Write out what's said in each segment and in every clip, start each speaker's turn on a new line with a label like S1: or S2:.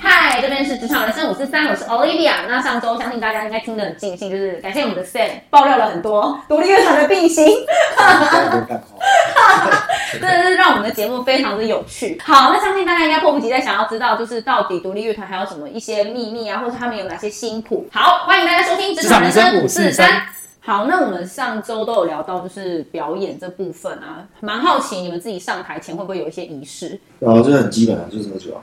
S1: 嗨，这边是职场人生五四三，我是 Olivia。那上周相信大家应该听得很尽兴，就是感谢我们的 Sam 爆料了很多独立乐团的病行，
S2: 大家都干好。
S1: 真的是让我们的节目非常的有趣。好，那相信大家应该迫不及待想要知道，就是到底独立乐团还有什么一些秘密啊，或者他们有哪些辛苦。好，欢迎大家收听《职场人生五四三》。好，那我们上周都有聊到就是表演这部分啊，蛮好奇你们自己上台前会不会有一些仪式？
S2: 然后这很基本啊，就是喝酒啊，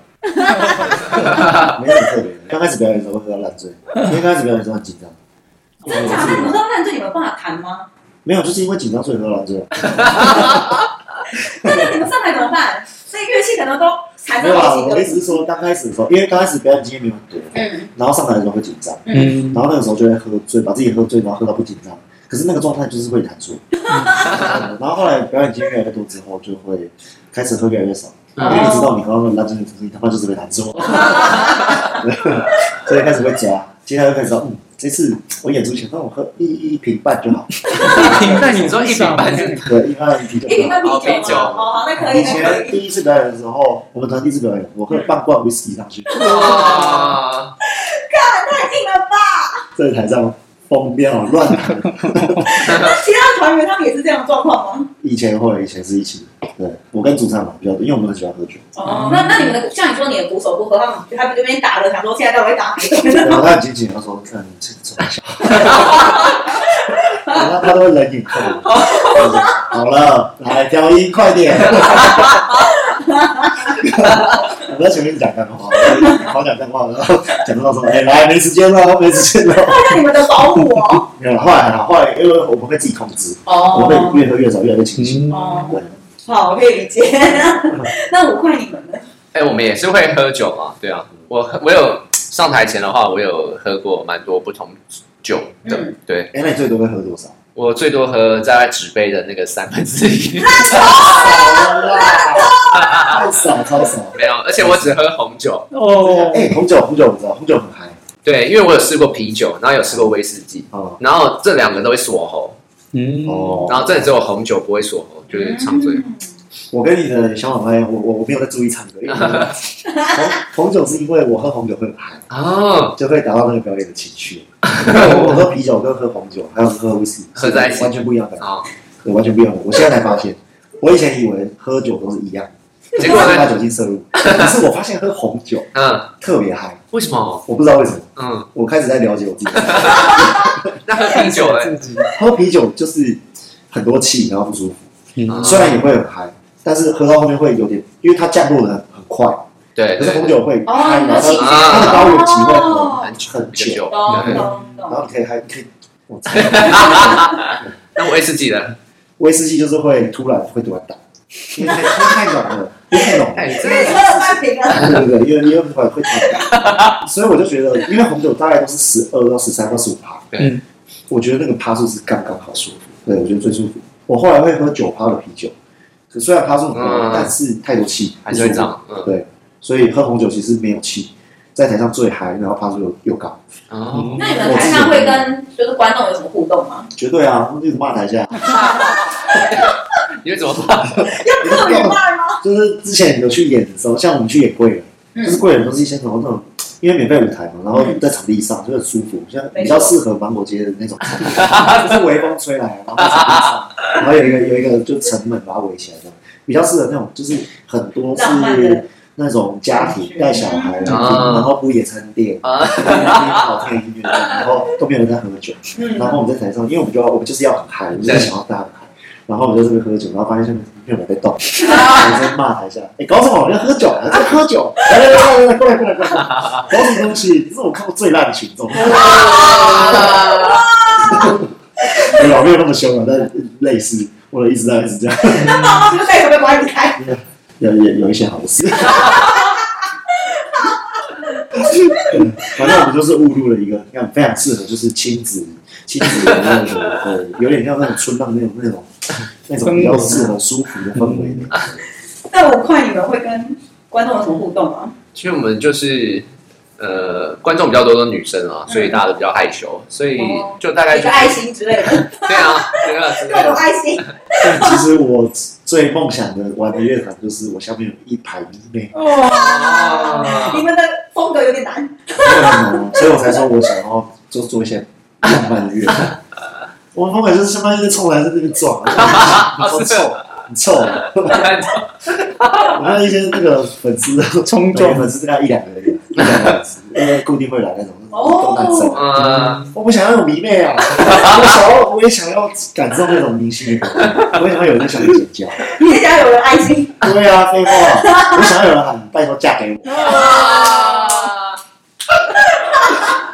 S2: 没什么特别的。刚开始表演的时候会喝到烂醉，因为刚开始表演的时候很紧张，
S3: 真的假的？你喝烂醉，你们有办法弹吗？
S2: 没有，就是因为紧张所以喝到烂醉啊。
S3: 那你们上台怎么办？所以乐器可能都产
S2: 没
S3: 生
S2: 有
S3: 好
S2: 啊，
S3: 几
S2: 我
S3: 个
S2: 的意。思是说，刚开始的时候，因为刚开始表演经验没有很多，
S3: 嗯，
S2: 然后上台的时候会紧张，
S4: 嗯，
S2: 然后那个时候就会喝醉，把自己喝醉，然后喝到不紧张。可是那个状态就是会难 出。然后后来表演经验越来越多之后，就会开始喝越来越少，因
S3: 啊
S2: 为你知道你喝到那烂醉，你他妈就是会难 出，所以开始会抓。接下来就开始说，嗯，这次我演出前，那我喝一一瓶半就好，
S4: 一瓶半，你说一瓶半是
S2: 对，一半一瓶就
S3: 一瓶
S2: 好。
S3: 半啤
S4: 哦啤
S3: 酒
S4: 酒
S3: 吗？哦，好，那可以，
S2: 以
S3: 那可
S2: 前
S3: 以。
S2: 第一次表演的时候，我们团第一次表演，我喝半罐威士忌上去，
S4: 哇，
S3: 太硬了吧？
S2: 在台上疯掉乱喊。
S3: 那其他团员他们也是这样的状况吗？
S2: 以前会，以前是一起的。对，我跟主唱嘛比较多，因为我们很喜欢喝酒。
S3: 哦，那那你们的像你说你的鼓手不合，他们他们就边打了，想说现在到底会打哪 个？
S2: 然后他很紧紧他说：“看你这个怎么想？”然后他都会冷饮看我。我说好了，来调音，快点！我在前面讲干话，好讲干话，然后讲到说：“哎、来，没时间了，没时间了。
S3: 那你们的保姆哦。”
S2: 没有啦，后来还好，后来因为我们会自己控制，我们
S3: 哦
S2: 会越喝越少，越来越清醒。
S3: 哦，
S2: 对，
S3: 好，我可以理解。 那五块你们呢？
S4: 哎，我们也是会喝酒嘛，对啊，我喝我有上台前的话，我有喝过蛮多不同酒的，
S3: 嗯
S4: 对
S2: 哎、那你最多会喝多少？
S4: 我最多喝在纸杯的那个三分之一，
S2: 少了啦，太少，超少。
S4: 没有，而且我只喝红酒，
S5: 哦，
S2: 哎、红酒，红酒我知道，红酒很嗨。
S4: 对，因为我有试过啤酒，然后有试过威士忌，
S2: 哦，
S4: 然后这两个都会锁喉，
S5: 嗯，
S2: 哦
S4: 然后这里只有红酒不会锁喉，就是唱醉。
S3: 嗯
S2: 我跟你的想法不一样，我我我没有在注意唱歌，因为我红红酒是因为我喝红酒会很嗨，
S4: 哦，
S2: 就会达到那个表演的情绪。因为我我喝啤酒跟喝红酒还有喝威士忌
S4: 合在一起
S2: 完全不一样的，
S4: 好，
S2: 对，完全不一样的。我现在才发现，我以前以为喝酒都是一样，
S4: 结果
S2: 都是把
S4: 呢？
S2: 酒精摄入，可是我发现喝红酒
S4: 嗯，
S2: 特别嗨，
S4: 为什么？
S2: 我不知道为什么，
S4: 嗯，
S2: 我开始在了解我自己。
S4: 那喝啤 酒呢？
S5: 自己
S2: 喝啤酒就是很多气，然后不舒服。
S5: 嗯
S2: 虽然也会很嗨，但是喝到后面会有点，因为它降落的很很快，
S4: 对，
S2: 可
S4: 对啊
S2: 是红酒会
S3: 哦
S2: 嗨，然后
S3: 你的
S4: 情绪
S2: 它它的高原期会
S3: 哦
S2: 很
S4: 很久
S2: 很
S4: 比较久，
S3: 懂
S4: 对
S3: 懂
S2: 然
S3: 懂。
S2: 后你可以嗨，你可以，我操
S4: 那威士忌呢？
S2: 威士忌就是会突然会突然打，因为太太暖了，因为太暖了。
S4: 哎，你
S3: 因
S4: 真
S3: 为
S4: 的
S3: 你喝了半瓶了。
S2: 对对对，因为因为会会突然打，所以我就觉得，因为红酒大概都是十二到十三到十五趴，
S4: 对
S5: 嗯，
S2: 我觉得那个趴数是刚刚好舒服，对我觉得最舒服。我后来会喝九趴的啤酒，可虽然趴数很高
S4: 嗯，
S2: 但是太多气，
S4: 还是会
S2: 不舒服
S4: 涨，嗯，
S2: 对，所以喝红酒其实没有气，在台上最嗨，然后趴数又又高，
S4: 哦，
S3: 那你们台上会跟就是观众有什么互动吗？
S2: 绝对啊，一直骂台下。
S4: 你会怎么办？
S3: 特别慢吗？
S2: 就是之前有去演的时候，像我们去演贵人，
S3: 嗯
S2: 就是贵人都是一些什么那种，因为免费舞台嘛，然后
S3: 嗯
S2: 在场地上就很舒服，像
S3: 没错
S2: 比较适合芒果街的那种场 地，就是微风吹来，然后在场地上，然后有一个有一个就城门把它围起来这样，比较适合那种就是很多
S3: 浪漫的
S2: 是那种家庭带小孩，然
S4: 啊
S2: 后然后不野餐店，
S4: 啊
S3: 嗯
S2: 好听的音乐，然后都没有人在喝酒。然
S3: 嗯，
S2: 后我们在台上，因为我们就要我们就是要很嗨，我们就是想要大家很嗨。然后我们就这边喝酒，然后发现下面没有人在动，然后在骂台下：“哎，搞什么？我们要喝酒，啊还在喝酒！来来来来来，过来过来过来，搞什么东西？你是我看过最烂的群众。”没有没有那么凶啊，但是类似，我的意思大概是这样，
S3: 那爸妈就再也不会管你开。
S2: 有有有一些好 事。反正我们就是误入了一个，像非常适合就是亲子亲子的那种，呃，有点像那种春浪那种那种那种比较适合舒服的氛围的。
S3: 那五块你们会跟观众有什么互动吗？
S4: 其实我们就是。呃，观众比较多都是女生啊，所以大家都比较害羞，所以
S3: 嗯哦
S4: 就大概
S3: 一
S4: 就
S3: 个爱心之类的，
S4: 对啊，对啊，之类
S3: 各种
S4: 的
S3: 爱心。
S2: 但其实我最梦想的玩的乐团就是我下面有一排迷妹，
S5: 哦，
S3: 啊你
S4: 哦
S3: 们的风格有点难。
S2: 嗯 所以我才说我想要就做一些浪漫乐。我们风格就是相当于在冲来在那边撞，然后很
S4: 哦 是
S2: 臭，很臭。啊 我看一些那个粉丝
S5: 冲
S2: 每个
S5: 撞
S2: 粉丝大概一两个 人，一两个粉丝，呃，固定会来那种，
S3: 哦
S2: 都难受。
S4: 嗯，
S2: 我不想要有迷妹啊，我想要，我也想要感受那种明星的感觉，我也想要有人想要尖叫。
S3: 你也想要有人爱心，
S2: 啊对啊，废话，我想要有人喊拜托嫁给我，
S3: 哦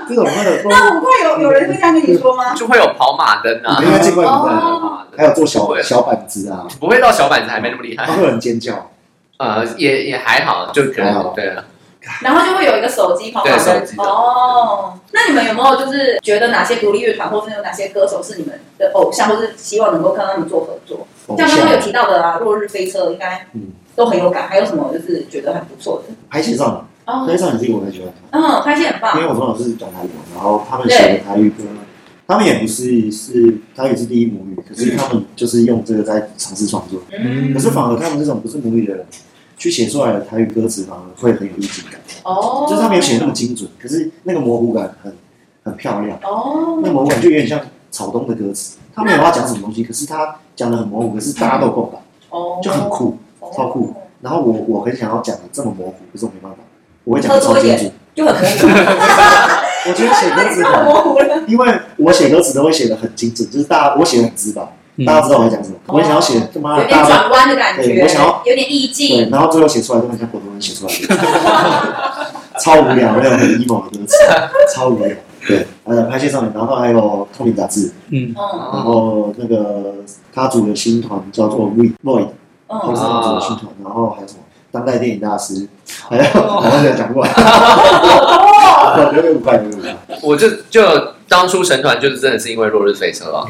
S2: 这种那个
S3: 那五块有有人会这样跟你说吗？
S4: 就会有跑马灯啊
S2: 你，应该见怪不怪
S3: 哦
S2: 了。还有做小小板子啊，
S4: 不会到小板子还没那么厉害
S2: 还，会有人尖叫，
S4: 呃，也也还好，就可
S2: 还好
S4: 能对啊，
S3: 然后就会有一个手机跑马
S4: 对手
S3: 灯
S4: 机。的
S3: 哦，那你们有没有就是觉得哪些独立乐团或是有哪些歌手是你们的偶像，或是希望能够跟他们做合作？
S2: 偶
S3: 像刚刚有
S2: 像
S3: 提到的啊，《落日飞车》应该
S2: 嗯
S3: 都很有感。还有什么就是觉得很不错的？
S2: 拍戏上，
S3: 哦，
S2: 拍戏上你自己我很喜欢。
S3: 嗯，拍戏很
S2: 因
S3: 棒。
S2: 为我从小是讲台语嘛，然后他们写的台语歌，他们也不是是台语是第一母语，可是他们就是用这个在尝试创作。
S3: 嗯，
S2: 可是反而他们这种不是母语的人，去写出来的台语歌词反而会很有意境感，
S3: 哦，
S2: 就是他没有写那么精准，可是那个模糊感很很漂亮，
S3: 哦
S2: 那，个模糊感就有点像草东的歌词，他没有要讲什么东西，可是他讲的很模糊，可是大家都有共感，
S3: 哦，
S2: 就很酷。超酷，然后我我很想要讲的这么模糊，可是我没办法，我会讲的超精准。
S3: 就很模糊，
S2: 我觉得写歌词
S3: 就
S2: 很
S3: 很模糊了。
S2: 因为我写歌词都会写的很精准，就是大家我写的很直白，大家知道我在讲什么。我也想要写他妈
S3: 哦有
S2: 的
S3: 点
S2: 大家
S3: 转弯的感觉，
S2: 对我想要
S3: 有点意
S2: 对，
S3: 境。
S2: 然后最后写出来就很像普通人写出来的，超无聊，没有很 emo 的歌词，超无聊。对，呃，拍戏少年，然后还有透明杂志，
S5: 嗯，
S3: 嗯
S2: 然后那个他组的新团叫做 We Void，他
S3: 嗯
S2: 们
S4: 哦
S2: 组的新团，然后还有什么当代电影大师，还有我
S3: 哦
S2: 刚才讲过来，我留给五百，留给五百。
S4: 我就就当初神团就是真的是因为落日飞车啊，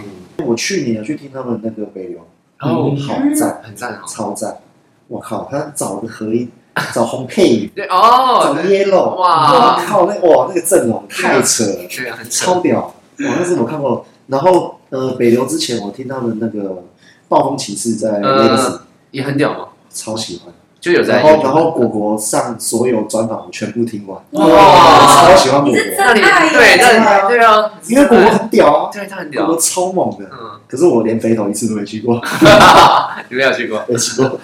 S2: 我去年有去听他们那个北流，
S3: 嗯
S4: 然后
S2: 好赞。
S4: 很赞哦，
S2: 超赞！我靠，他找的合音，找红配，
S4: 对
S2: 找
S4: 哦，
S2: yellow，
S4: 哇
S2: 我靠，那哇那个阵容太扯了，
S4: 对啊，很
S2: 超
S4: 丑，
S2: 屌！哇，那是我看过。然后呃，北流之前我听他们那个暴风骑士在 l e x
S4: 嗯，也很屌嘛，
S2: 超喜欢。
S4: 就有在
S2: 然后然后果果上所有专访我全部听完，
S4: 哇
S2: 超喜欢果
S3: 你
S2: 果，
S3: 是真
S4: 那里
S3: 爱耶，
S4: 对那里对啊，
S2: 因为果果很屌啊，
S4: 对他很
S2: 果
S4: 屌
S2: 果，超猛的。
S4: 嗯，
S2: 可是我连北斗一次都没去过，
S4: 你没有去过，
S2: 没去过，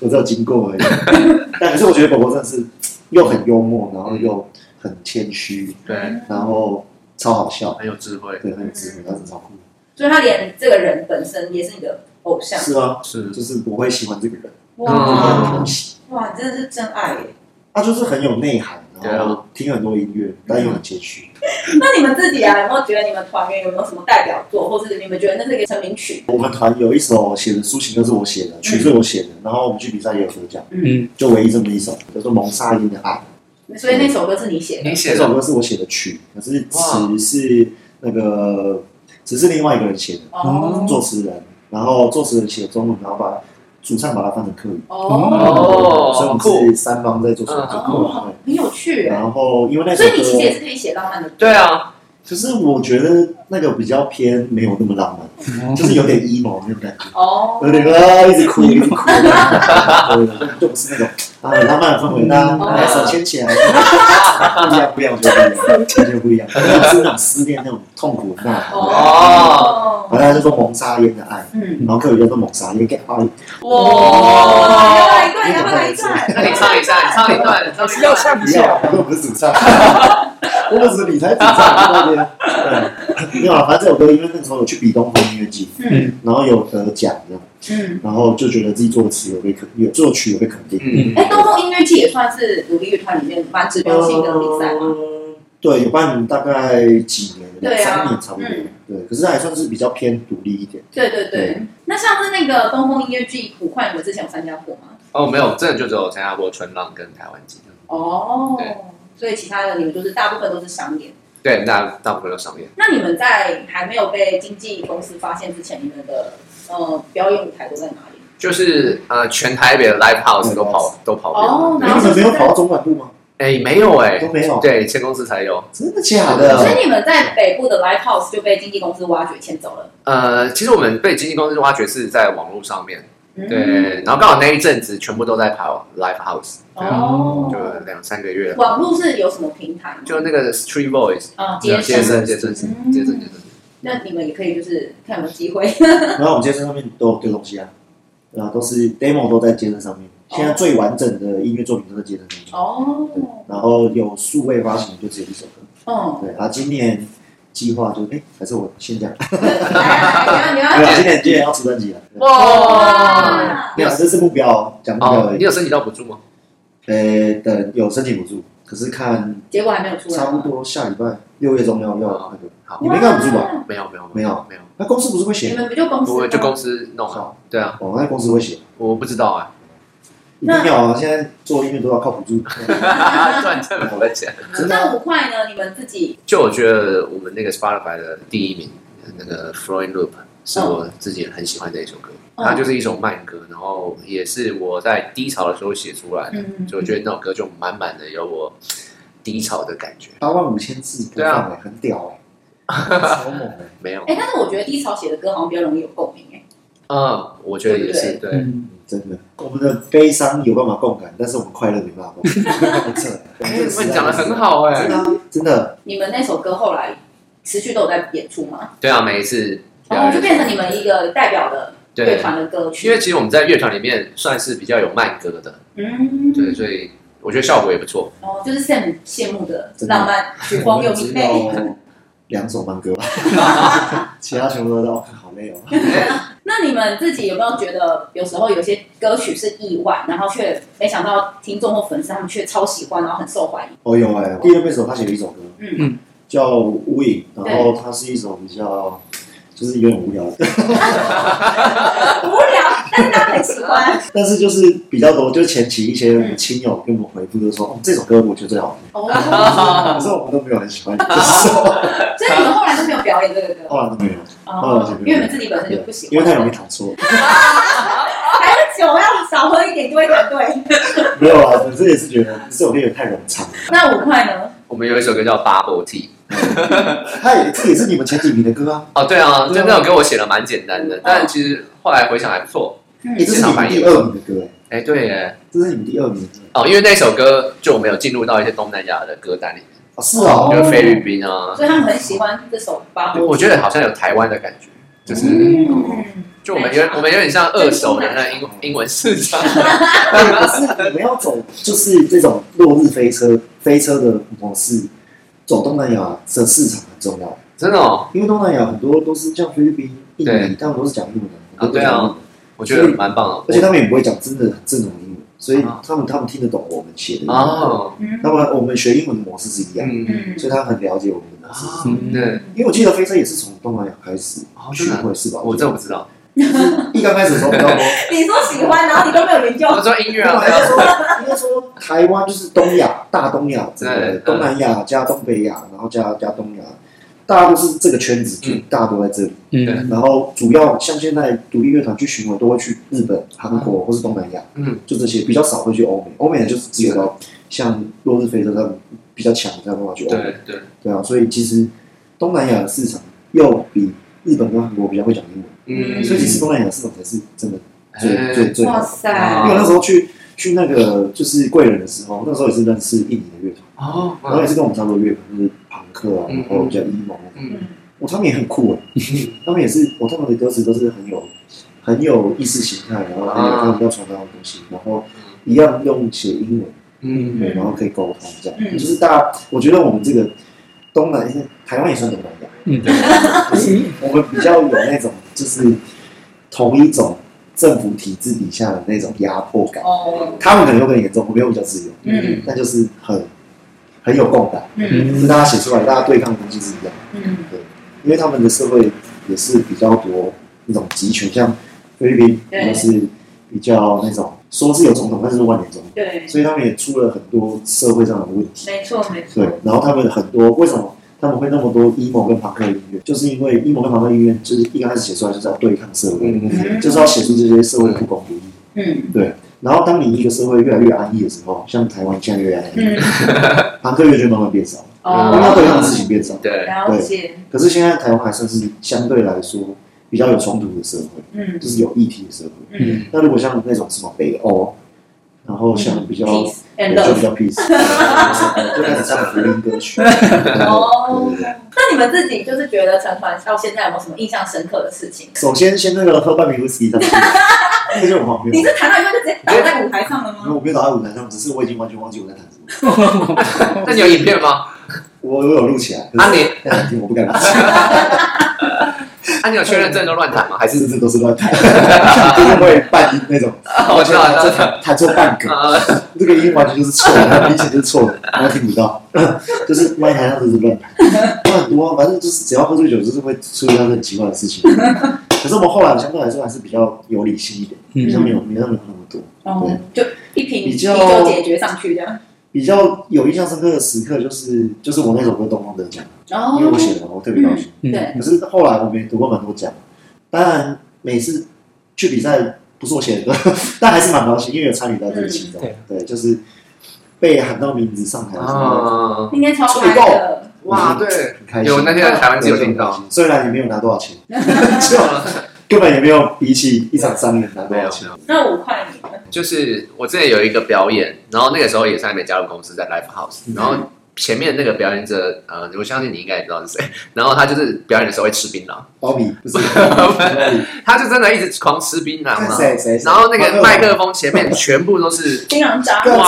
S2: 我只有经过而已。 但可是我觉得果果真的是又很幽默，然后又很谦虚，
S4: 对，
S3: 嗯
S2: 然后超好笑，
S4: 很有智慧，
S2: 对，很有智慧，然后真的超酷。
S3: 所以他连这个人本身也是你的偶像。
S2: 是啊，
S4: 是
S2: 就是我会喜欢这个人，
S3: 哇
S4: 嗯
S3: 哇，你真的是真爱耶！
S2: 他就是很有内涵，
S4: 对啊
S2: 然后听很多音乐，但又很谦虚。
S3: 那你们自己啊，有没有觉得你们团员有没有什么代表作，或是你们觉得那是一个成名曲？
S2: 我们团有一首写的抒情歌是我写的，曲是我写的，然后我们去比赛也有得奖，
S5: 嗯，
S2: 就唯一这么一首叫做《蒙萨因的爱》。
S3: 所以那首歌是你写的，
S4: 你写
S2: 这首
S4: 的
S2: 歌是我写的曲，可是词是那个只是另外一个人写的。
S3: 哦
S2: 作词人，然后作词人写中文，然后把主唱把它翻成客语。
S3: 哦
S2: 所以我
S4: 酷
S2: 们是三方在做创作。
S3: 哦，很有趣
S2: 对，
S3: 耶。
S2: 然后因为那首
S3: 所以你其实也
S2: 歌，
S3: 是可以写浪漫的歌，
S4: 对啊，
S2: 可是我觉得那个比较偏没有那么浪漫，
S5: 嗯
S2: 就是有点 emo 那种感觉，
S3: 哦，
S2: 有点啊一直哭一直哭，对，就不是那种啊很浪漫的氛围，大家把手牵起来，不一样不一样，我觉得不一样，完全不一样，是那种思念那种痛苦的呐喊。
S3: 哦，
S2: 然后他就说蒙沙烟的爱，
S3: 嗯，
S2: 然后客语叫做蒙沙烟 get out。
S3: 哇，来一段，来一段，
S4: 那你唱一下，你唱一 段，你唱一段，
S5: 唱
S2: 不要，我不是主唱，我只是理财主唱那边。对没有啊，反正这首歌因为那时候有去比东方音乐季，
S3: 嗯
S2: 然后有得奖这样，
S3: 嗯，
S2: 然后就觉得自己作词有被肯，有作曲有被肯定。
S4: 嗯，
S3: 哎，东风音乐季也算是独立乐团里面蛮指标性的比赛嘛。
S2: 嗯对，有办大概几年，
S3: 对啊
S2: 两三年差不多。
S3: 嗯
S2: 对，可是还算是比较偏独立一点。
S3: 对对对，那像是那个东风音乐剧普快，你们之前有参加过吗？
S4: 哦，没有，真的就只有参加过春浪跟台湾季，
S3: 哦
S4: 对，
S3: 所以其他的你们就是大部分都是商演。
S4: 对，大大部分都上演，
S3: 那你们在还没有被经纪公司发现之前，你们的呃表演舞台都在哪里？
S4: 就是呃，全台北的 live house 都跑都跑
S3: 哦
S4: 遍，
S2: 哎你们没有跑到中环路吗？
S4: 哎，没有哎
S2: 都，没有。
S4: 对，签公司才有。
S2: 真的假
S3: 所
S2: 的？
S3: 以你们在北部的 live house 就被经纪公司挖掘签走了。
S4: 呃，其实我们被经纪公司挖掘是在网络上面，
S3: 嗯
S4: 对，然后刚好那一阵子全部都在跑 live house，
S3: 哦，
S4: 就两三个月，
S3: 网络是有什么平台吗？
S4: 就那个 street voice，
S3: 啊，
S4: 接
S3: 接
S4: 生
S3: 生。
S4: 接生
S3: 嗯
S4: 接生接生，
S3: 那你们也可以就是看有没有机会，
S2: 然后我们健身上面都有丢东西啊，然后都是 demo 都在健身上面，现在最完整的音乐作品都在健身上面。
S3: 哦，
S2: 然后有数位发行就只有一首歌，
S3: 嗯，
S2: 对。然后今年计划就哎，还是我先 讲，没
S3: 来来来
S2: 有
S3: 你要你要，
S2: 啊，今年今年要出专辑了。对
S4: 哇，
S3: 哇，
S2: 没有，这是目标哦，讲目标
S4: 哦
S2: 而，
S4: 你
S2: 已。
S4: 有申请到补助吗？
S2: 呃，等有申请补助，可是看
S3: 结果还没有出来，
S2: 差不多下礼拜六月中要
S4: 啊
S2: 要那个，
S4: 好
S2: 你，没看补助吧？
S4: 没有没有
S2: 没有
S4: 没有，
S2: 那公司不是会
S3: 你
S2: 写？
S3: 们不就公司吗？
S4: 我就公司弄啊，
S2: 哦，
S4: 对啊，
S2: 那公司会写，
S4: 我不知道啊，
S2: 一定要啊！现在做音乐都要靠补助，
S4: 赚政府的钱。
S2: 真的啊。
S3: 那五块呢？你们自己
S4: 就我觉得我们那个 Spotify 的第一名，那个 Flowing Loop 是我自己很喜欢的一首歌，
S3: 嗯
S4: 它就是一首慢歌，然后也是我在低潮的时候写出来的，
S3: 嗯
S4: 所以我觉得那首歌就满满的有我低潮的感觉。
S2: 八万五千字播
S4: 啊
S2: 放哎，很 屌哎，超猛哎！
S4: 没有，
S3: 哎，但是我觉得低潮写的歌好像比较容易有共鸣哎，
S4: 嗯，我觉得也是，对，
S2: 嗯，真的，我们的悲伤有办法共感，但是我们快乐没办法共感， 很扯。我们这
S4: 哎
S2: 个
S4: 你
S2: 时代
S4: 们讲的很，好哎
S2: 真，啊的啊真的，
S3: 你们那首歌后来持续都有在演出吗？
S4: 对啊，每一次表
S3: 然后
S4: 演
S3: 哦就变成你们一个代表的乐
S4: 对，
S3: 团的歌曲，
S4: 因为其实我们在乐团里面算是比较有慢歌的，
S3: 嗯，
S4: 对，，所以我觉得效果也不 错。
S3: 哦，就是 Sam 羡慕的
S2: 真的
S3: 浪漫、曲风又明媚。
S2: 有两首慢歌吧， 其他全部都是哦，好累哦。
S4: 哎
S3: 那你们自己有没有觉得，有时候有些歌曲是意外，然后却没想到听众或粉丝他们却超喜欢，然后很受欢迎？
S2: 哦有哎，第二贝斯手他写了一首歌，
S3: 嗯
S5: 嗯
S2: 叫《乌影》，然后它是一首比较就是有点无聊的，
S3: 无聊，但是他很喜 欢。
S2: 但是就是比较多，就是前期一些我们亲友给我们回复，就说哦这首歌我觉得最好 听，
S3: 哦，
S2: 可是我们都没有很喜欢， 就是
S3: 所以你们后来都没有表演这个歌
S2: 后来都没有，
S3: 哦，因为你们自己本身就不喜欢，
S2: 因为太 容易弹错。
S3: 还是酒要少喝一点就会感对。
S2: 没有啊，本身也是觉得这首歌也太冗长，
S3: 那五块呢？
S4: 我们有一首歌叫《Bubble Tea》，
S2: 它也这也是你们前几名的歌啊，
S4: 哦，对
S2: 对
S4: 啊，
S2: 啊
S4: 就那首歌我写的蛮简单的，但其实后来回想还不错。
S3: 嗯
S2: 诶这是你们第二名的歌哎，
S4: 哎，对耶，
S2: 这是你们第二名的歌
S4: 哦，因为那首歌就我们有进入到一些东南亚的歌单里面，
S2: 啊，是哦，
S4: 就是菲律宾啊，
S3: 所以他们很喜欢这首《八部》。
S4: 我觉得好像有台湾的感觉，就是
S3: 嗯，
S4: 就我们有我们有点像二手的那英英文市场，
S2: 可是你们要走就是这种落日飞车飞车的模式，走东南亚的市场很重要，
S4: 真的哦，
S2: 因为东南亚很多都是像菲律宾、印尼
S4: 对，
S2: 他们都是讲英文的，
S4: 啊对啊， 我觉得蛮棒的。
S2: 而且他们也不会讲真的很正统的英文，所以
S4: 啊
S2: 他们他们听得懂我们写的。
S4: 哦，
S2: 那么我们学英文的模式是一样，
S4: 嗯，
S3: 嗯
S2: 所以他很了解我们的模式。
S4: 啊，
S5: 嗯
S4: 对，
S2: 因为我记得飞车也是从东南亚开始
S4: 哦真
S2: 学
S4: 的啊
S2: 会是吧？
S4: 我真的不知道，
S2: 一刚开始的时候，我们
S3: 你说喜欢，然后你都没有 研究，
S4: 我说音乐啊，
S2: 应该说，应该说台湾就是东亚、大东亚整个
S4: 对
S2: 东南亚加东北亚，然后加加东亚，大家都是这个圈子，就
S4: 嗯
S2: 大家都在这里。
S5: 嗯，
S2: 然后主要像现在独立乐团去巡回，都会去日本、韩国或是东南亚，
S4: 嗯，
S2: 就这些比较少会去欧美。欧美的就是只有到像落日飞车他们比较强才有办法去欧美，
S4: 对对，
S2: 对啊。所以其实东南亚的市场又比日本跟韩国比较会讲英文，
S4: 嗯，
S2: 所以其实东南亚市场才是真的最
S4: 哎
S2: 最最好
S3: 哇
S2: 的。
S3: 塞
S2: 因，为我那时候去去那个就是贵人的时候，那时候也是认识印尼的乐团，
S4: 哦，
S2: 然后也是跟我们差不多乐团，就是朋克啊，
S4: 嗯
S2: 然后比较 emo，
S4: 嗯
S3: 嗯，
S2: 我他们也很酷哎，他们也是我他们的歌词都是很有很有意识形态，然后很有
S4: 啊
S2: 他们要传达的东西，然后一样用写英文，
S4: 嗯
S2: 对，然后可以沟通这样，
S3: 嗯
S2: 就是大家我觉得我们这个东南台湾也算东南亚，
S5: 嗯，
S2: 我们比较有那种就是同一种政府体制底下的那种压迫感。
S3: 哦，
S2: 他们可能有更严重，我没有比较自由，
S3: 嗯
S2: 但就是很很有共感，
S3: 嗯
S2: 就是大家写出来，大家对抗的东西是一样的，
S3: 嗯，
S2: 因为他们的社会也是比较多那种集权，像菲律宾
S3: 对
S2: 就是比较那种说是有总统，但是是万年总统，
S3: 对，
S2: 所以他们也出了很多社会上的问题，
S3: 没错没错
S2: 对，，然后他们很多为什么？他们会那么多 emo 跟朋克音乐，就是因为 emo 跟朋克音乐就是一刚开始写出来就是要对抗社会，
S3: 嗯
S2: 就是要写出这些社会的不公不义。
S3: 嗯
S2: 然后当你一个社会越来越安逸的时候，像台湾现在越来越安
S3: 嗯，
S2: 逸，朋克乐就慢慢变少，因为它对抗的
S3: 哦，
S2: 事情变少。
S4: 对，
S3: 了解，
S2: 可是现在台湾还算是相对来说比较有冲突的社会，
S3: 嗯
S2: 就是有议题的社会。
S3: 嗯嗯
S2: 那如果像那种什么北欧，然后像比较
S3: ，peace
S2: 对
S3: and
S2: 就
S3: love
S2: 比。较 peace，就开始唱福音歌曲。对
S3: 哦
S2: 对对，
S3: 那你们自己就是觉得成团到现在有没有什么印象深刻的事情？
S2: 首先先那个喝半瓶威士忌上去，那个就很荒谬
S3: 你。是谈到一半就直接倒在舞台上了
S2: 因为
S3: 吗？
S2: 我没有倒在舞台上，只是我已经完全忘记我在弹什么。
S4: 那你有影片吗？
S2: 我我有录起来，
S4: 啊你
S2: 但 是我不敢录起来，
S4: 啊，你有确认真的乱弹吗？还
S2: 甚
S4: 是
S2: 至都是 乱弹，就是会半音那种，
S4: 哦我知道，我知道。
S2: 弹错半格，
S4: 啊，
S2: 这个音完全就是错的，它明显就是错 的，然后听不到， 就是万一台上就是乱弹，很多，反正就是只要喝醉酒，就是会出现很奇怪的事 情。可是我们后来相对来说还是比较有理性一点，比较没
S4: 嗯
S2: 有没有那么那么多。
S3: 哦，就一瓶啤
S2: 比较
S3: 酒解决上去这样。
S2: 比较有印象深刻的时刻就是就是我那首歌《东方得奖》，
S3: 哦
S2: 因为我写的嘛，我特别高兴。
S5: 嗯
S3: 对
S2: 可是后来我们也得过蛮多奖，当然每次去比赛不是我写的歌， 但还是蛮高兴，因为有参与到这个其中。
S5: 嗯
S2: 对，就是被喊到名字上台的时候，
S4: 啊，
S3: 应该超嗨的。
S4: 哇，对，
S2: 很开心。
S4: 有那天台湾只有听到，
S2: 对，虽然也没有拿多少钱，就根本也没有比起一场商演拿多
S4: 没
S2: 少
S4: 有
S2: 钱。
S3: 那五块你呢？
S4: 就是我之前有一个表演，然后那个时候也是还没加入公司，在 Live House，然后前面那个表演者，呃，我相信你应该也知道是谁， 然后他就是表演的时候会吃槟榔，
S2: 包米 不是，
S4: 他就真的一直狂吃槟榔
S2: 看
S4: 嘛，
S2: 谁谁，谁
S4: 然后那个麦克风前面全部都 是。
S3: 槟榔渣。
S2: 对
S4: 哇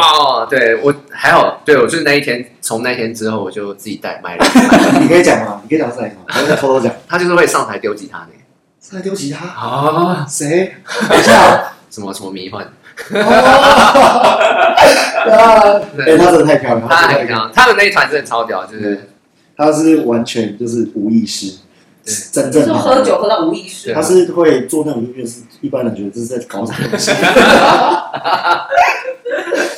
S4: 靠！对我还好，对我就是那一天，从那天之后我就自己带麦了。
S2: 你可以讲吗？你可以讲是哪一场？我在偷偷讲，
S4: 他就是会上台丢吉他呢。
S2: 是来丢吉他？
S4: 啊，
S2: 谁？等一下，
S4: 什么什么迷幻，
S2: 哦，哎，他真的太漂亮，
S4: 他
S2: 真的太漂
S4: 很
S2: 亮
S4: 强，他们那一团真的超屌，就是
S2: 对他是完全就是无意识，
S4: 对
S2: 是真
S3: 就
S2: 正
S3: 是
S2: 的
S3: 喝酒喝到无意识
S4: 对，
S2: 他是会做那种音乐，是一般人觉得这是在搞什么东西，对不
S3: 那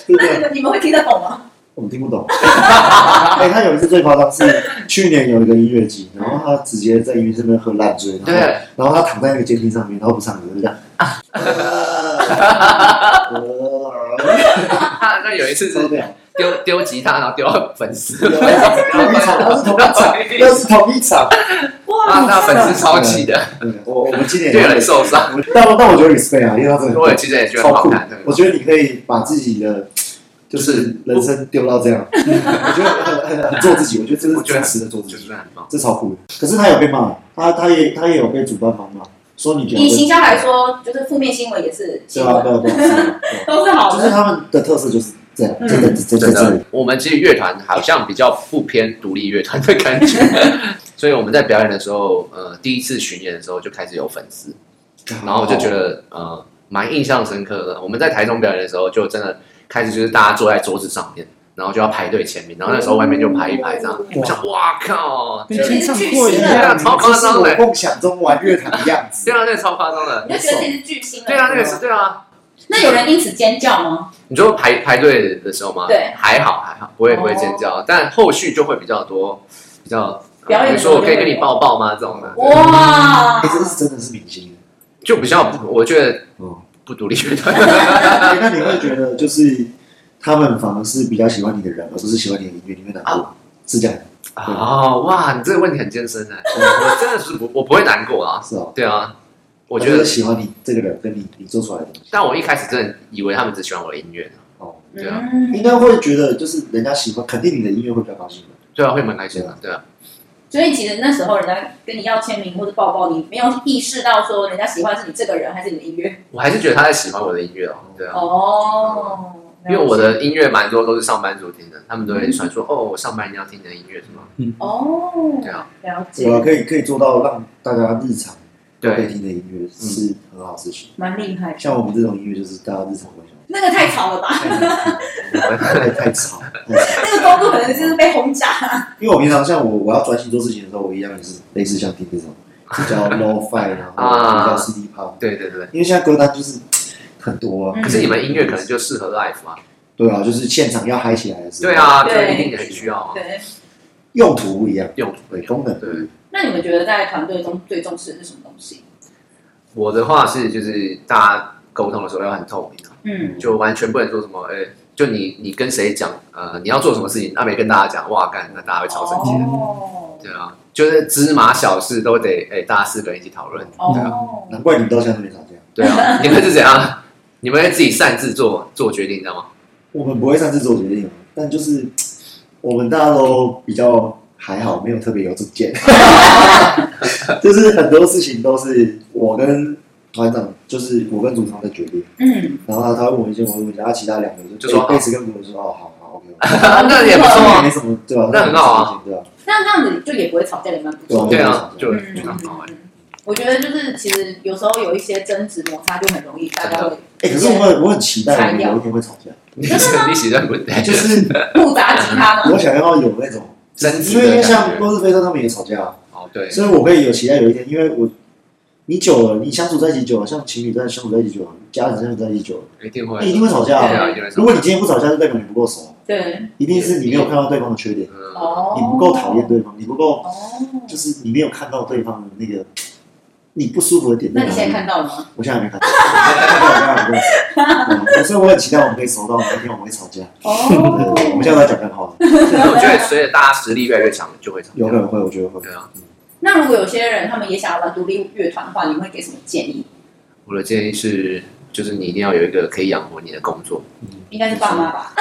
S3: 你
S2: 对？
S3: 们 你们会听得懂吗？
S2: 我们听不懂。哎，他有一次最夸张是去年有一个音乐季，然后他直接在音乐这边喝烂醉，然后
S4: 对，
S2: 然后他躺在那个监听上面，然后不唱歌就这样。呃
S4: 他那有一次
S2: 受
S4: 是
S2: 不了，
S4: 丢丢吉他，然后丢到粉丝，
S2: 同一场，都是同一场，又是同一 场。
S4: 啊，他粉丝超气的，
S2: 我我们今年
S4: 就有人受伤。
S2: 我但但我觉得 respect 啊，因为他真的
S4: 我也其实也觉得很
S2: 超
S4: 好
S2: 酷
S4: 看，对。
S2: 我觉得你可以把自己的就是人生丢到 这样，我觉得很很很做自己，我觉得这是
S4: 我觉得
S2: 真实的做自
S4: 就是
S2: 己，
S4: 很棒。
S2: 这超酷的。可是他有被骂，他他也他也有被主办方骂，说你觉得
S3: 以行销来说，就是负面新闻也是
S2: 对
S3: 新
S2: 啊
S3: 闻，
S2: 对啊对啊是啊，对 啊
S3: 都是好
S2: 就是
S3: 的。
S2: 他们的特色就是这样，
S3: 嗯
S2: 真的真
S4: 真
S2: 的真
S4: 的
S2: 的，，
S4: 我们其实乐团好像比较不偏独立乐团的感觉， 所以我们在表演的时候，呃，第一次巡演的时候就开始有粉丝，然后我就觉得呃蛮印象深刻的。我们在台中表演的时候，就真的开始就是大家坐在桌子上面，然后就要排队签名，然后那时候外面就排一排这样。我想，哇靠！
S5: 跟演唱会一
S4: 对啊
S5: 样，
S4: 超
S2: 这
S4: 夸
S2: 是
S4: 张
S2: 我
S4: 的，
S2: 梦想中玩乐坛的样子
S4: 对。啊，那个超夸张的。
S3: 你就觉得自己是巨星了。
S4: 对啊，那个是对啊。
S3: 那有人因此尖叫吗？
S4: 你说排排队的时候吗？
S3: 对哦
S4: 还好还好，不会不会尖叫，但后续就会比较多比较。
S3: 表演
S4: 比如说我可以跟你抱抱吗？这种
S3: 哦
S4: 的
S3: 哇
S2: 哎，！这是真的是明星
S4: 就比较不，我觉得
S2: 哦。
S4: 不独立 乐 团。
S2: 哎那你会觉得就是他们反而是比较喜欢你的人，而不是喜欢你的音乐，你会难过，是这样，
S4: 哦，哇，你这个问题很艰深哎，我真的是不，我不会难过啊。
S2: 是哦。
S4: 对啊，
S2: 我
S4: 我觉得，
S2: 喜欢你这个人，跟你你做出来的东西，
S4: 但我一开始真的以为他们只喜欢我的音乐，
S2: 哦，
S4: 对啊
S3: 嗯
S2: 应该会觉得就是人家喜欢，肯定你的音乐会比较高兴的。
S4: 对啊，会蛮开心的，对啊，
S3: 所以其实那时候人家跟你要签名或者抱抱，你没有意识到说人家喜欢是你这个人还是你的音乐
S4: 我还是觉得他在喜欢我的音乐哦，对啊，
S3: 哦。
S4: 因为我的音乐蛮多都是上班族听的，他们都
S3: 嗯
S4: 会传说哦，我上班一定要听你的音乐是吗？
S3: 哦
S4: 对啊，
S3: 了
S2: 对啊，
S3: 解，
S2: 可以可以做到让大家日常都可以
S4: 对，
S2: 听的音乐是很好的事情。
S3: 蛮厉害的。
S2: 像我们这种音乐，就是大家日常会想
S3: 那个太吵了吧？
S2: 太太吵，太吵。
S3: 那个高度可能就是被轰炸。
S2: 因为我平常像我我要专心做事情的时候，我一样也是类似像听这种比 较 low fi，然
S4: 啊
S2: 后比较 CD pop，
S4: 对对对。
S2: 因为现在歌单就是很多啊。
S3: 嗯
S4: 可是你们音乐可能就适合 live 啊，
S2: 对啊，就是现场要嗨起来的时候。
S4: 对，啊，
S3: 对
S4: 这一定很需要啊，
S3: 对。
S2: 用途不一样，
S4: 用途
S2: 对，功能
S4: 对。
S3: 那你们觉得在团队中最重视的是什么东西？
S4: 我的话是就是大家沟通的时候要很透明啊，
S3: 嗯
S4: 就完全不能说什么哎、就你你跟谁讲，呃，你要做什么事情，那、没跟大家讲，哇，干，那大家会超生气的。
S3: 哦
S4: 对啊，就是芝麻小事都得哎、大家四个人一起讨论。对啊，
S3: 哦，
S2: 难怪你们到现在都没吵架。
S4: 对啊， 你们是怎样？你们会自己擅自做做决定，你知道吗？
S2: 我们不会擅自做决定，但就是我们大家都比较还好，没有特别有主 见，就是很多事情都是我跟团长，就是我跟组长在决定，
S3: 嗯，
S2: 然后他他问我一些，我会问一些，然后其他两个人
S4: 就说
S2: 贝斯跟古鲁说哦好好 OK，
S4: 那也不错
S2: 那也
S4: 啊
S2: 没。什么对吧？
S4: 那很好啊，
S2: 对吧？
S3: 那这样子就也不会吵架，也蛮不错的。
S4: 对啊，就
S3: 嗯
S4: 就很好哎。
S3: 我觉得就是其实有时候有一些争执摩擦就很容易，大家会
S2: 哎，可是我很我很期待我们有
S3: 啊
S2: 一天会吵架，
S4: 你你喜欢不对？
S2: 就是
S3: 复杂其他 嘛。
S2: 我想要有那种。
S4: 争执
S2: 因为
S4: 的
S2: 像
S4: 感觉。
S2: 公司飞车他们也吵架啊，
S4: 哦，对，
S2: 所以我会有期待有一天，因为我你久了，你相处在一起久了，像情侣在相处在一起久了，家人相处在一起久了，
S4: 一定会
S2: 你一定会吵架、
S4: 对
S2: 啊。
S4: 啊，一定会吵
S2: 如果你今天不吵架，就代表你不够熟，
S3: 对，
S2: 一定是你没有看到对方的缺点，
S4: 嗯，
S3: 哦，
S2: 你不够讨厌。对方，你不够
S3: 哦，
S2: 就是你没有看到对方的那个你不舒服的点。
S3: 那你现在看？到了吗？
S2: 我现在还没看到，我现在还没看到。嗯所以我很期待我们可以熟到哪一天我们会吵架。对，我们
S3: 哦，
S2: 现在在讲干话，
S4: 我觉得随着大家实力越来越强，就会吵
S2: 有可能
S4: 架。
S2: 会，我觉得会。
S4: 对啊，
S3: 那如果有些人他们也想要玩独立乐团的话，你们会给什么建议？
S4: 我的建议是，就是你一定要有一个可以养活你的工 作。
S3: 应该是爸妈吧？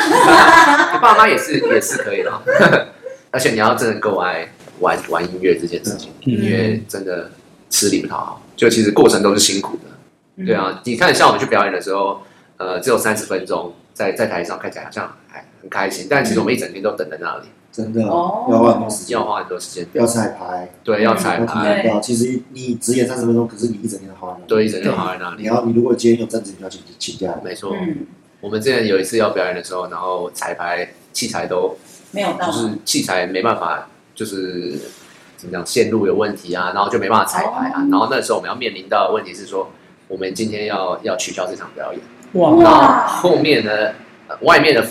S4: 爸妈也是也是可以的，啊 而且你要真的够爱玩玩音乐这件事情，
S5: 嗯
S4: 因为真的吃力不讨好，就其实过程都是辛苦的。
S2: 嗯
S4: 对，啊，你看像我们去表演的时候，呃，只有三十分钟，在在台上看起来好像还很开心，但其实我们一整天都等在那里，
S2: 真的
S3: 哦
S2: 要花很多时间
S4: 要，花很多时间，
S2: 要彩排。
S4: 对，要彩
S2: 我体
S4: 排，
S2: 验到，其实你只演三十分钟，可是你一整天的花呢？
S4: 对，一整天花在那
S2: 你
S4: 里。
S2: 要你如果今天有正职，你要请请假。
S4: 没错，
S3: 嗯，
S4: 我们之前有一次要表演的时候，然后彩排器材都
S3: 没有到
S4: 就。是器材没办法，就是怎么讲线路有问题啊，然后就没办法彩排啊。
S3: 哦
S4: 然后那时候我们要面临到的问题是说，我们今天要要取消这场表演。
S5: 哇，
S4: 然后后面呢，呃外面的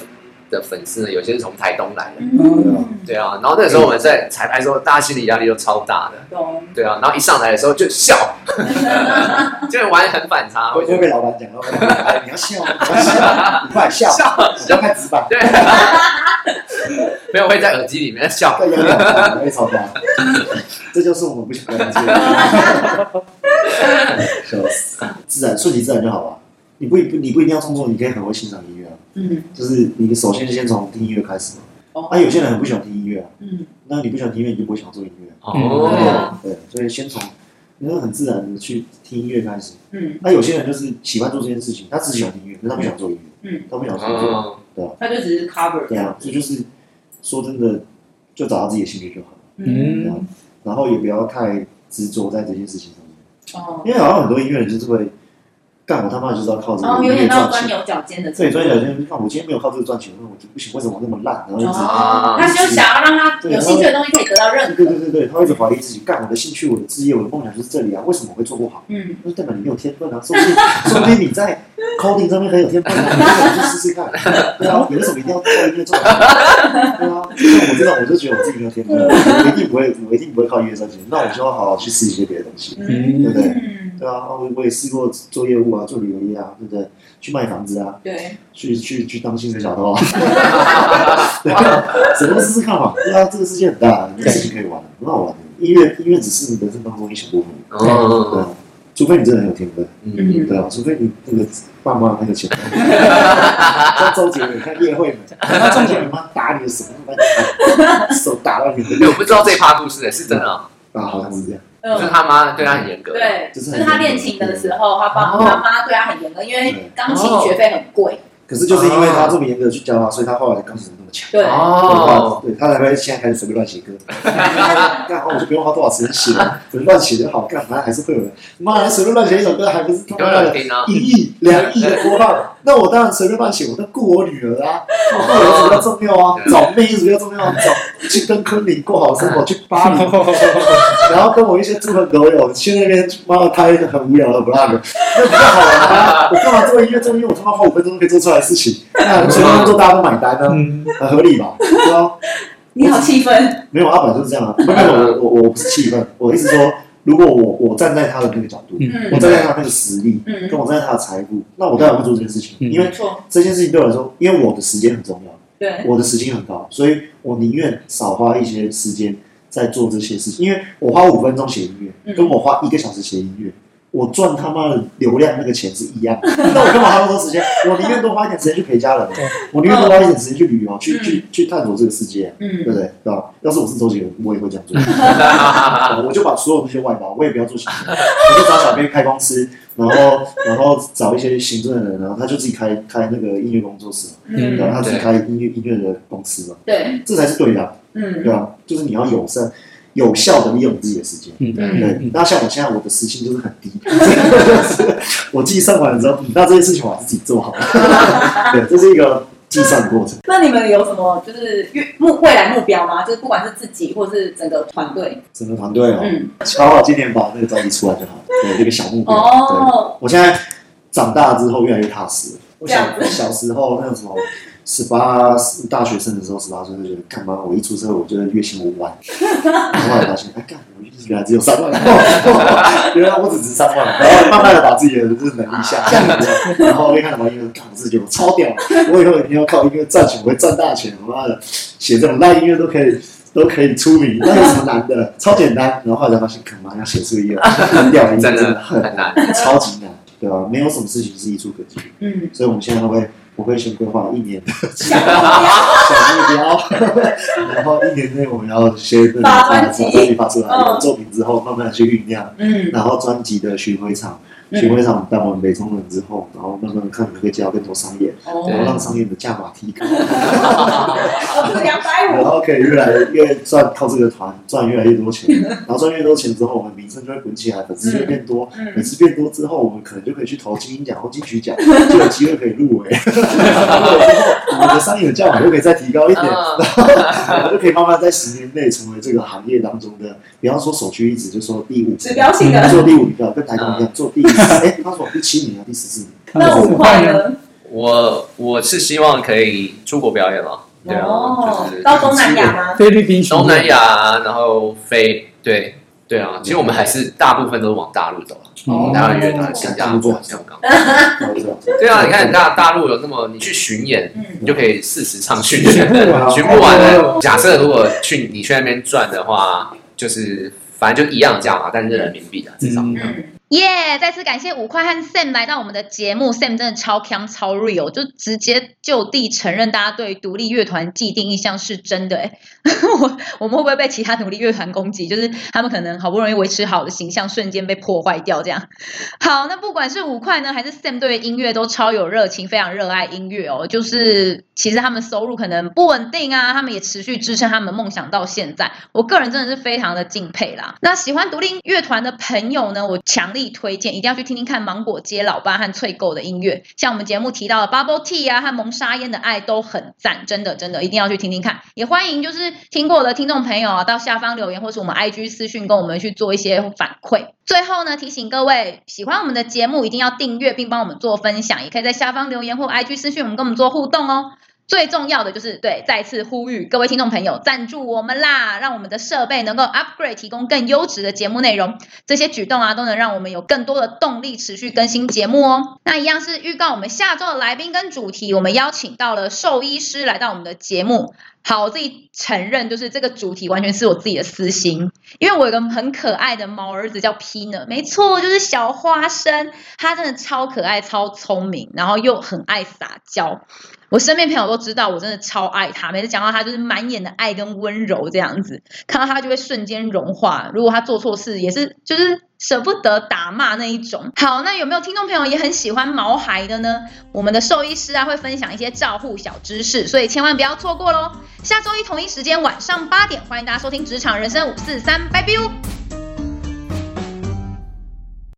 S4: 的粉丝呢，有些是从台东来的，
S3: 嗯，
S4: 对啊。然后那时候我们在彩排的时候，大家心理压力都超大的，
S3: 懂。
S4: 对啊。然后一上台的时候就笑， 就是玩得很反差，
S2: 会
S4: 我
S2: 不会
S4: 就
S2: 被老板讲到？哎你要笑，你要笑，你快笑，你要看纸板，
S4: 对。没有会在耳机里面笑，
S2: 对，有点烦会吵架。这就是我们不想看的。笑死，自然顺其自然就好了。你不不你不一定要创作，你可以很会欣赏音乐啊。
S3: 嗯，
S2: 就是你首先先从听音乐开始嘛。
S3: 哦
S2: 啊，有些人很不喜欢听音乐啊，
S3: 嗯，
S2: 那你不喜欢听音乐，你就不会想做音乐啊。
S3: 对
S4: 哦
S3: 啊，
S2: 对，所以先从你会很自然的去听音乐开始。
S3: 嗯，
S2: 那有些人就是喜欢做这件事情，他只喜欢听音乐，可是他不想做音乐，
S3: 嗯，
S2: 他不想创作，
S4: 哦，
S3: 他就只是 cover 这
S2: 对
S3: 样
S2: 啊，这就是说真的，就找到自己的兴趣就好了，
S3: 嗯，
S2: 对啊
S5: 嗯，
S2: 然后也不要太执着在这件事情上面，
S3: 哦，
S2: 因为好像很多音乐人就是会，干我他妈就是要靠这
S3: 然后
S2: 个
S3: 哦有
S2: 音
S3: 点
S2: 乐
S3: 到
S2: 赚
S3: 钻
S2: 钱，
S3: 牛角尖的程度。
S2: 对，所以有些人看哎我今天没有靠这个赚钱，那我就不行，为什么我那么烂？然后一
S4: 啊
S2: 直
S3: 哦，他就想要让他有兴趣的东西可以得到认
S2: 对
S3: 可。
S2: 对对对，他会一直怀疑自己，干我的兴趣、我的职业、我的梦想就是这里啊，为什么我会做不好？
S3: 嗯，
S2: 那就代表你没有天 分啊，说不定说不定你在 coding 上面很有天分啊，你为什么不去试试看？对啊，你为什么一定要做音乐做？对啊，像我这种我就觉得我自己没有天 分，啊我一定不会，我一定不会靠音乐赚钱，那我就要好好去试一些别的东西。
S3: 嗯，
S2: 对不对
S3: 嗯，
S2: 对啊，我我也试过做业务啊，做旅游业啊，对不对？去卖房子啊，
S3: 对，
S2: 去去去当薪水小 偷啊，对啊，什么都试试看嘛。对啊，这个世界很大，很多事情可以玩，很好玩的。音乐音乐只是你人生当中一小部分，对
S4: 哦，
S2: 啊，除非你真的很有天分。
S4: 嗯，
S2: 对啊，除非你那个爸妈那个 钱，像周杰伦，看叶惠美，那周杰伦妈打你的手，把你手打到你的
S4: 哎我不知道这一趴故事，哎是真的啊。
S2: 啊，好像是这样，
S4: 就是
S3: 嗯。
S4: 他妈对他很严格。，
S3: 对，就
S2: 就是是
S3: 他练琴的时候，他爸
S4: 哦
S3: 他妈对他很严格，因为钢琴学费很贵。
S2: 可是就是因为他这么严格去教他，所以他后来钢琴那么强。
S3: 对，
S4: 哦，
S2: 对他才会现在开始随便乱写歌， 干好我就不用花多少时间写了，我就乱写就好，干反正还是会有人，妈的随便乱写一首歌，还不是他
S4: 有
S2: 妈
S4: 人
S2: 的
S4: 听啊，
S2: 一亿两亿的播放，那我当然随便乱写，我都顾我女儿啊，我顾儿子比较重要啊，找妹子比较重要，找去跟昆凌过好生活，去巴黎然后跟我一些猪朋狗友去那边，妈的拍一个很无聊的 vlog，那比较好玩啊！我干嘛做音乐？做音乐我他妈花五分钟就可以做出来的事情，那全工作大家都买单啊呢、
S5: 嗯，
S2: 很呃合理吧？对啊，
S3: 你好气愤。
S2: 没有阿本就是这样啊，没有没有我我我不是气愤，我一直说如果我我站在他的那个角度，
S3: 嗯
S2: 我站在他那个实力，
S3: 嗯
S2: 跟我站在他的财富，那我当然会做这件事情，
S5: 嗯
S2: 因为
S3: 没错，
S2: 这件事情对我来说，因为我的时间很重要，
S3: 对，
S2: 我的时薪很高，所以我宁愿少花一些时间在做这些事情，因为我花五分钟写音乐，
S3: 嗯
S2: 跟我花一个小时写音乐。我赚他妈的流量那个钱是一样的，那我干嘛花那么多时间？我宁愿多花一点时间去陪家人，我宁愿多花一点时间去旅游，去去去探索这个世界。对
S3: 嗯，
S2: 不对？对吧？要是我是周杰伦，我也会这样做。我就把所有这些外包，我也不要做行政，我就找小编开公司，然后然后找一些行政的人，然后他就自己开开那个音乐工作室嘛，
S5: 嗯
S2: 对吧？
S3: 嗯，
S2: 他自己开音乐音乐的公司嘛，
S3: 对，
S2: 这才是对的啊，对
S3: 嗯，
S2: 吧？就是你要友善、有效的利用你自己的时间。
S5: 嗯
S3: 嗯
S2: 对，那像我现在我的时薪就是很低，就是我计算完了之后，嗯那这件事情我还是自己做好 了。对，这是一个计算的过程。
S3: 那你们有什么就是月目未来目标吗？就是不管是自己或是整个团队，
S2: 整个团队哦，
S3: 嗯，
S2: 好好今年把那个专辑出来就好，对，那个小目标。对，
S3: 哦，
S2: 我现在长大之后越来越踏实了。我小
S3: 这样子
S2: 小时候那个什么，十八大学生的时候，十八岁就觉得干嘛？我一出社会，我就月薪五 万，然后后来发现，哎干，我原来只有三万，原来我只值三万，然后慢慢的把自己的就是能力下降，然后又看到网友干，我自己我超屌，我以后一定要靠音乐赚钱，我会赚大钱，我妈的，写这种烂音乐都可以。都可以出名，那有什么难的？超简单。然后后来才发现，干嘛要写出一个很屌的音乐，
S4: 真
S2: 真
S4: 的
S2: 的很
S4: 很难。
S2: 超级难，对吧、没有什么事情是一触可及，
S3: 嗯，
S2: 所以我们现在会我会先规划一年的
S3: 想
S2: 小
S3: 要
S2: 目标， 然后一年内我们要先
S3: 发
S2: 把
S3: 专辑
S2: 专辑发出来，
S3: 嗯
S2: 有作品之后慢慢地去酝酿，
S3: 嗯
S2: 然后专辑的巡回场，
S3: 嗯
S2: 巡回场办完北中人之后，然后慢慢地看能不能接到更多商业，然后
S3: 哦，
S2: 让商业的价码提高，
S3: 我是两百
S2: 然
S3: 五，
S2: 后可以越来越赚，靠这个团赚越来越多 钱，然后赚越多钱之后，我们名声就会滚起来，粉丝就会变多，粉
S3: 嗯，
S2: 丝变多之后，我们可能就可以去投金鹰奖或金曲奖，就有机会可以入围。 然后我们的商业的价码就可以再提高一点，
S3: 嗯
S4: 嗯
S2: 我们就可以慢慢在十年内成为这个行业当中的，比方说首屈一指，就说第五，
S3: 指标 性的，
S2: 做第五名的，跟台中一样做第十，哎，他说第七名啊，第十四名。
S3: 那五块呢？
S4: 我我是希望可以出国表演了，对啊，
S3: 哦
S4: 就是，
S3: 到东南亚吗？
S5: 菲律宾巡
S4: 东
S5: 演
S4: 南亚，啊然后飞，对对啊，其实我们还是大部分都是往大陆走了，
S5: 嗯
S4: 大陆越南、新加坡、香港。对
S2: 对
S4: 啊，你看大大陆有那么，你去巡演，
S3: 嗯，
S4: 你就可以四十场巡
S5: 巡
S4: 演，
S5: 不完啊
S4: 巡不完的。假设如果去你去那边赚的话，就是反正就一样的价嘛，但是人民币啊，至少。
S5: 嗯
S3: 嗯，
S6: 耶再次感谢五块和 Sam 来到我们的节目，Sam 真的超强超 real，就直接就地承认大家对独立乐团既定印象是真的、欸。 我我们会不会被其他独立乐团攻击？就是他们可能好不容易维持好的形象，瞬间被破坏掉这样。好，那不管是五块呢，还是 Sam 对音乐都超有热情，非常热爱音乐哦。就是其实他们收入可能不稳定啊，他们也持续支撑他们梦想到现在。我个人真的是非常的敬佩啦。那喜欢独立乐团的朋友呢，我强力推荐一定要去听听看芒果街老爸和翠狗的音乐，像我们节目提到的 Bubble Tea 啊和蒙沙烟的爱都很赞，真的真的一定要去听听看。也欢迎就是听过的听众朋友啊，到下方留言或是我们 IG 私讯跟我们去做一些反馈。最后呢，提醒各位喜欢我们的节目一定要订阅并帮我们做分享，也可以在下方留言或 IG 私讯我们跟我们做互动哦。最重要的就是对，再次呼吁各位听众朋友赞助我们啦，让我们的设备能够 upgrade，提供更优质的节目内容。这些举动啊，都能让我们有更多的动力持续更新节目哦。那一样是预告我们下周的来宾跟主题，我们邀请到了兽医师来到我们的节目。好，我自己承认，就是这个主题完全是我自己的私心，因为我有个很可爱的毛儿子叫 Pina，没错，就是小花生，他真的超可爱、超聪明，然后又很爱撒娇。我身边朋友都知道，我真的超爱他。每次讲到他，就是满眼的爱跟温柔这样子，看到他就会瞬间融化。如果他做错事，也是就是舍不得打骂那一种。好，那有没有听众朋友也很喜欢毛孩的呢？我们的兽医师啊会分享一些照护小知识，所以千万不要错过喽。下周一同一时间晚上八点，欢迎大家收听《职场人生五四三》，拜拜哦。